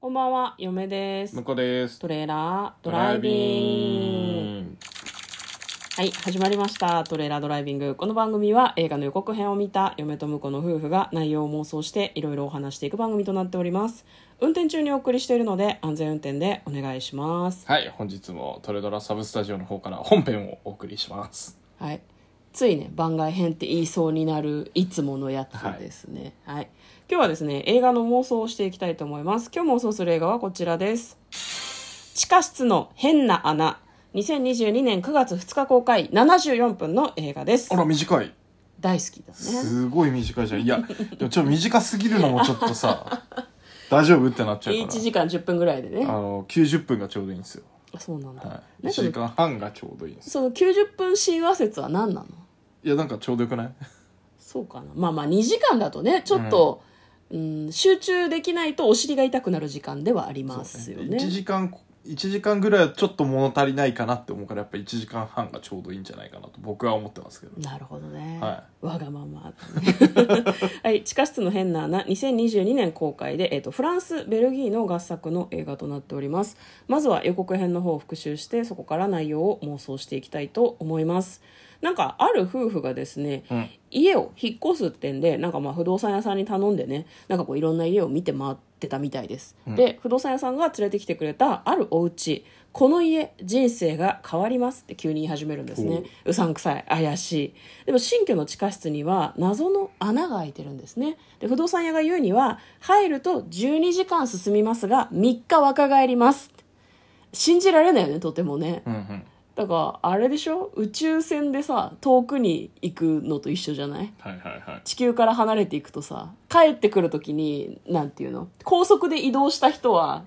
こんばんは、嫁です向。こうですトレーラードライビング。ングはい、始まりました。トレーラードライビング。この番組は映画の予告編を見た嫁と婿の夫婦が内容を妄想していろいろお話していく番組となっております。運転中にお送りしているので安全運転でお願いします。はい本日もトレドラサブスタジオの方から本編をお送りしますはい。ついね、番外編って言いそうになるいつものやつですね。はい。今日はですね、映画の妄想をしていきたいと思います。今日妄想する映画はこちらです。地下室の変な穴。2022年9月2日公開74分の映画ですあ。ら短い大好きだね。すごい短いじゃん いやでもちょっと短すぎるのもちょっとさ大丈夫ってなっちゃう1か時間10分ぐらいでらあね。の90分がちょうどいいんですよ、あそうなんだ。はい、ね1そ時の間半がちょうどいいんですその90分神話説は何なのいやなんかちょうどよくないそうかな。まあまあ2時間だとね、ちょっと、うん、集中できないとお尻が痛くなる時間ではありますよね。 1時間一時間ぐらいはちょっと物足りないかなって思うからやっぱ1時間半がちょうどいいんじゃないかなと僕は思ってますけどなるほどね、はわがまま、はい、地下室の変な穴2022年公開で、えっとフランスベルギーの合作の映画となっておりますまずは予告編の方を復習してそこから内容を妄想していきたいと思いますなんかある夫婦がですね、うん家を引っ越すってんでなんかまあ不動産屋さんに頼んでねなんかこういろんな家を見て回ってたみたいです、で不動産屋さんが連れてきてくれたあるお家この家人生が変わりますって急に言い始めるんですほねううさんくさい怪しいでも新居の地下室には謎の穴が開いてるんですねで不動産屋が言うには入ると12時間進みますが3日若返ります信じられないよねとてもねうんうんだからあれでしょ宇宙船でさ遠くに行くのと一緒じゃないはいはいはい地球から離れていくとさ帰ってくる時になんていうの高速で移動した人は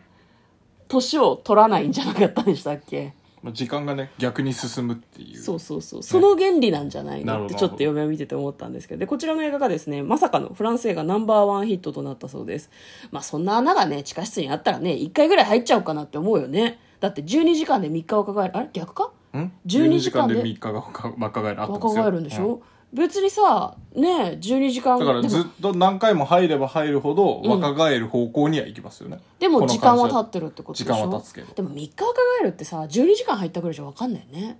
年を取らないんじゃなかったんでしたっけまあ時間がね逆に進むっていうそうそうそうその原理なんじゃないなるのっほどてちょっと嫁を見てて思ったんですけどでこちらの映画がですねまさかのフランス映画ナンバーワンヒットとなったそうですまあそんな穴がね地下室にあったらね1回ぐらい入っちゃおうかなって思うよねだって12時間で3日はかかるあれ逆かん12 12時時間間でで3日が若若返るあったんです若よ返るんでしょ、別にさね12時間うんだからでもずっと何回も入れば入るほど若返る方向には行きますよね、でもこの時間は感経じだってるってことでしょ時間は経つけどでも3日若返るってさ12時間入ったぐらいじゃ分かんないよねっ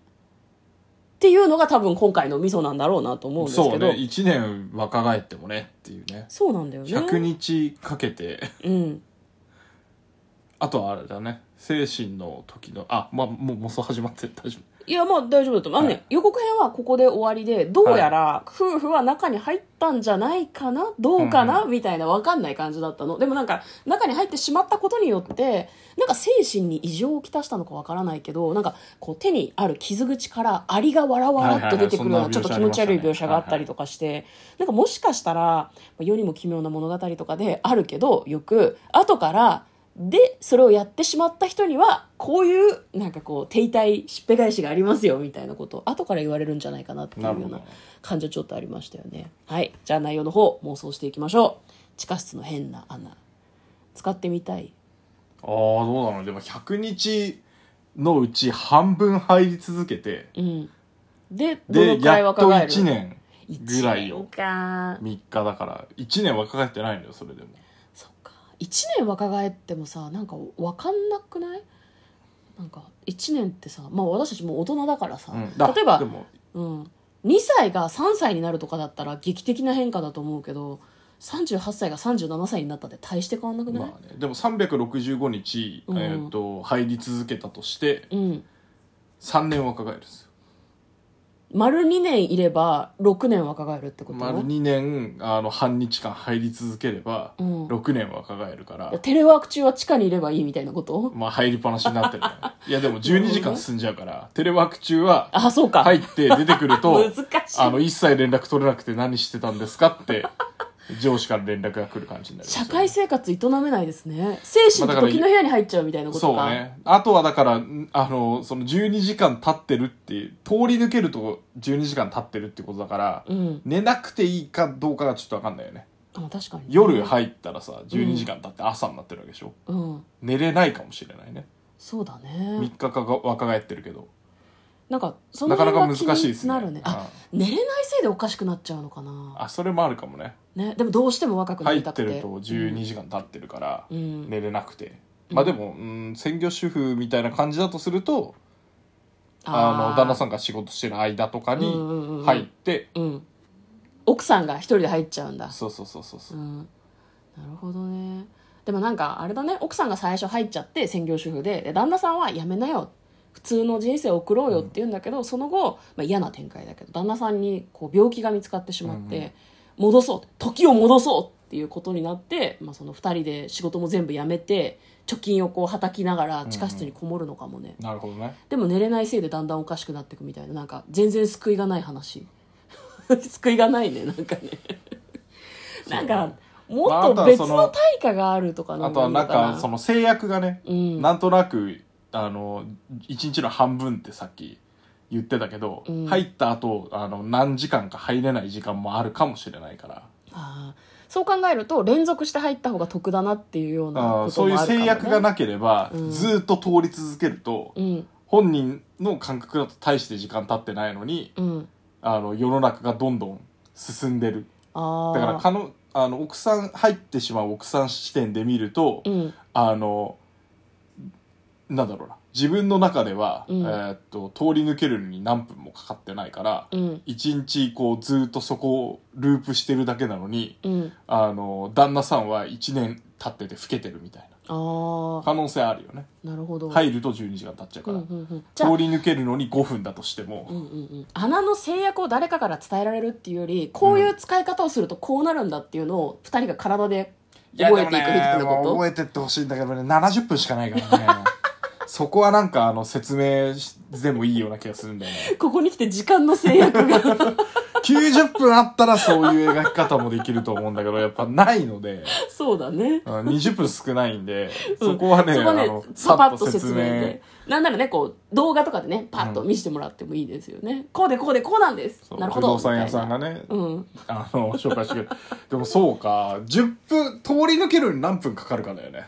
ていうのが多分今回のミソなんだろうなと思うんですけどそうね1年若返ってもねっていうねそうなんだよね100日かけてうんあとはあれだね精神の時のあまあもう妄想始まってる大丈いやまあ大丈夫だと思う、あのはね予告編はここで終わりでどうやら夫婦は中に入ったんじゃないかなどうかな、うみたいな分かんない感じだったのでもなんか中に入ってしまったことによってなんか精神に異常をきたしたのか分からないけどなんかこう手にある傷口からアリがわらわらっと出てくるようはいなはいはいちょっと気持ち悪い描写があったそんな描写ありましたねはいはりいとかしてなんかもしかしたら世にも奇妙な物語とかであるけどよく後からでそれをやってしまった人にはこういうなんかこう停滞しっぺ返しがありますよみたいなことを後から言われるんじゃないかなっていうよなるうほなど感じはちょっとありましたよねはいじゃあ内容の方妄想していきましょう地下室の変な穴使ってみたい夫ああどうだろうでも100日のうち半分入り続けてうんでどのでくらいやっ若と返る1年ぐらい一年をか3日だから1年若返ってないのよそれでもそっか1年若返ってもさなんか分かんなくないなんか1年ってさまあ私たちもう大人だからさ、うんだ例えばで、もうん、2歳が3歳になるとかだったら劇的な変化だと思うけど38歳が37歳になったって大して変わんなくない、まあね、でも365日、うんえー、と入り続けたとしてうん3年若返るんですよ丸2年いれば6年若返るってこと丸2年あの半日間入り続ければうん6年若返るから、テレワーク中は地下にいればいいみたいなことまあ入りっぱなしになってるね いやでなもる12ほど時間進んじゃうからテレワーク中はあそうか、入って出てくると 難しいあの一切連絡取れなくて何してたんですかって上司から連絡が来る感じになるんですよ社ね会生活営めないですね精神と時の部屋に入っちゃうみたいなことか、そうね。あとはだから、んあの、その12時間経ってるって、通り抜けると12時間経ってるってことだから、うん寝なくていいかどうかがちょっとわかんないよね。あ確かにね夜入ったらさ、12時間経って朝になってるわけでしょ。うん寝れないかもしれないね。そうだ3ね日かが若返ってるけど。なんかそのなかな辺かが難気しいでにすねなるねあ寝れないせいでおかしくなっちゃうのかな、あそれもあるかもねね、でもどうしても若くな入りったくててると12時間経ってるからうん、寝れなくて、まあでも、うん、専業主婦みたいな感じだとするとあの旦那さんんが仕事してる間とかうんにうんうんうん入って、うん、奥さんが一人で入っちゃうんだ、、そうそうそうそうそううんなるほどねでもなんかあれだね奥さんが最初入っちゃって専業主婦でで旦那さんは「やめなよ」普通の人生を送ろうよって言うんだけど、その後、まあ、嫌な展開だけど旦那さんにこう病気が見つかってしまって、うんうん戻そう時を戻そうっていうことになって、まあ、その2人で仕事も全部やめて貯金をこうはたきながら地下室にこもるのかもね、なるほどねでも寝れないせいでだんだんおかしくなっていくみたいななんか全然救いがない話 救いがないねなんかね なんかもまあっあととは別そのの対価があるとかなあんとかはなんかその制約がね、うんなんとなくあの1日の半分ってさっき言ってたけど、うん入った後あの何時間か入れない時間もあるかもしれないから、あーそう考えると連続して入った方が得だなっていうようなあーことそういもうあるかも、ね、制約がなければ、うんずーっと通り続けると、うん本人の感覚だと大して時間経ってないのにうんあの世の中がどんどん進んでるあだあからかのあの奥さん入ってしまう奥さん視点で見ると、うんあのなんだろうな自分の中では、うんえーっと通り抜けるのに何分もかかってないから、うん一日こうずーっとそこをループしてるだけなのにうんあの旦那さんは1年経ってて老けてるみたいなああ可能性あるよねなるほどい、入ると12時間経っちゃううかんら、うんうん、じゃあ通り抜けるのに5分だとしてうも、んうんうん、穴の制約を誰かから伝えられるっていうよりこういう使い方をするとこうなるんだっていうのを2人が体で覚えていくみたいなもうこ覚えてってほしいんだけどね70分しかないからね そこはなんかあの説明しでもいいような気がするんだよねとここに来て時間の制約が 90分あったらそういう描き方もできると思うんだけど、やっぱないので、そうだねうん20分少ないんで、うんそこはね、そこはあねの、パさパっッとと説説明明で。なんならねこう動画とかでねパッと見せてもらってもいいですよね、こうでこうでこうなんですそうなるほ不ど動産屋さんがねね、うんあの、紹介してくれる。でもそうか、10分、通り抜けるのに何分かかるかだよね。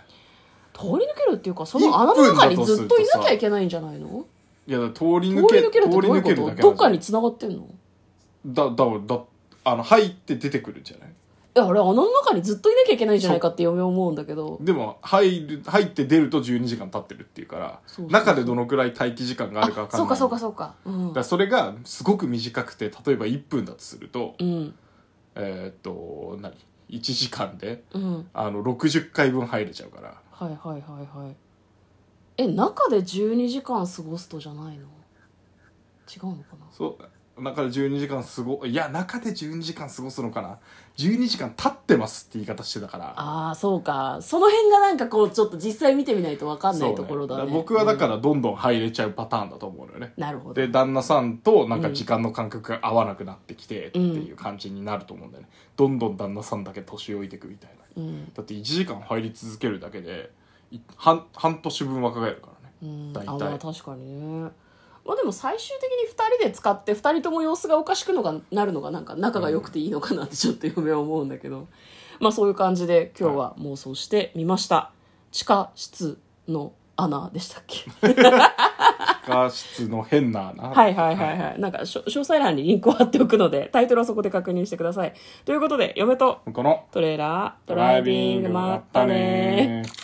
通り抜けるっていうかその穴の中にずっといなきゃいけないんじゃないのいや、だから通り通抜け、り抜けるってどういうことだけどっかなんにじ繋がってんのゃないだ、だ、だ、あの、入って出てくるんじゃないいやあれ穴の中にずっといなきゃいけないんじゃないかって嫁思うんだけどでも、入る、入って出ると12時間経ってるっていうからそうそうそ、う中でどのくらい待機時間があるかわかんなそうい。かそうかそうかうんだからそれがすごく短くて例えば1分だとすると、うんえーっと何1時間でうんあの60回分入れちゃうからはいはいはいはいえ中で12時間過ごすとじゃないの違うのかなそう中で12時間過ごいや中で12時間過ごすのかな12時間経ってますって言い方してたからああそうかその辺がなんかこうちょっと実際見てみないと分かんそなういねところだねから僕はだかうらどんどん入れちゃうパターンだと思うのよねんなるほどで旦那さんとなんか時間の感覚が合わなくなってきてっていう感じになると思うんだよね、どんどん旦那さんだけ年老いてくみたいなうん、だって1時間入り続けるだけでい半半年分若返るからねうん、大体あまあ確かにねまあでも最終的に2人で使って2人とも様子がおかしくのがなるのがなんか仲が良くていいのかなってちょっと嫁は思うんだけど、まあそういう感じで今日は妄想してみました、地下室の穴でしたっけ 画質の変な穴はいはいはいはい。なんかしょ、詳細欄にリンクを貼っておくので、タイトルはそこで確認してください。ということで、嫁とこのトレーラー、ドドラライイビビンング、グままっったたねねー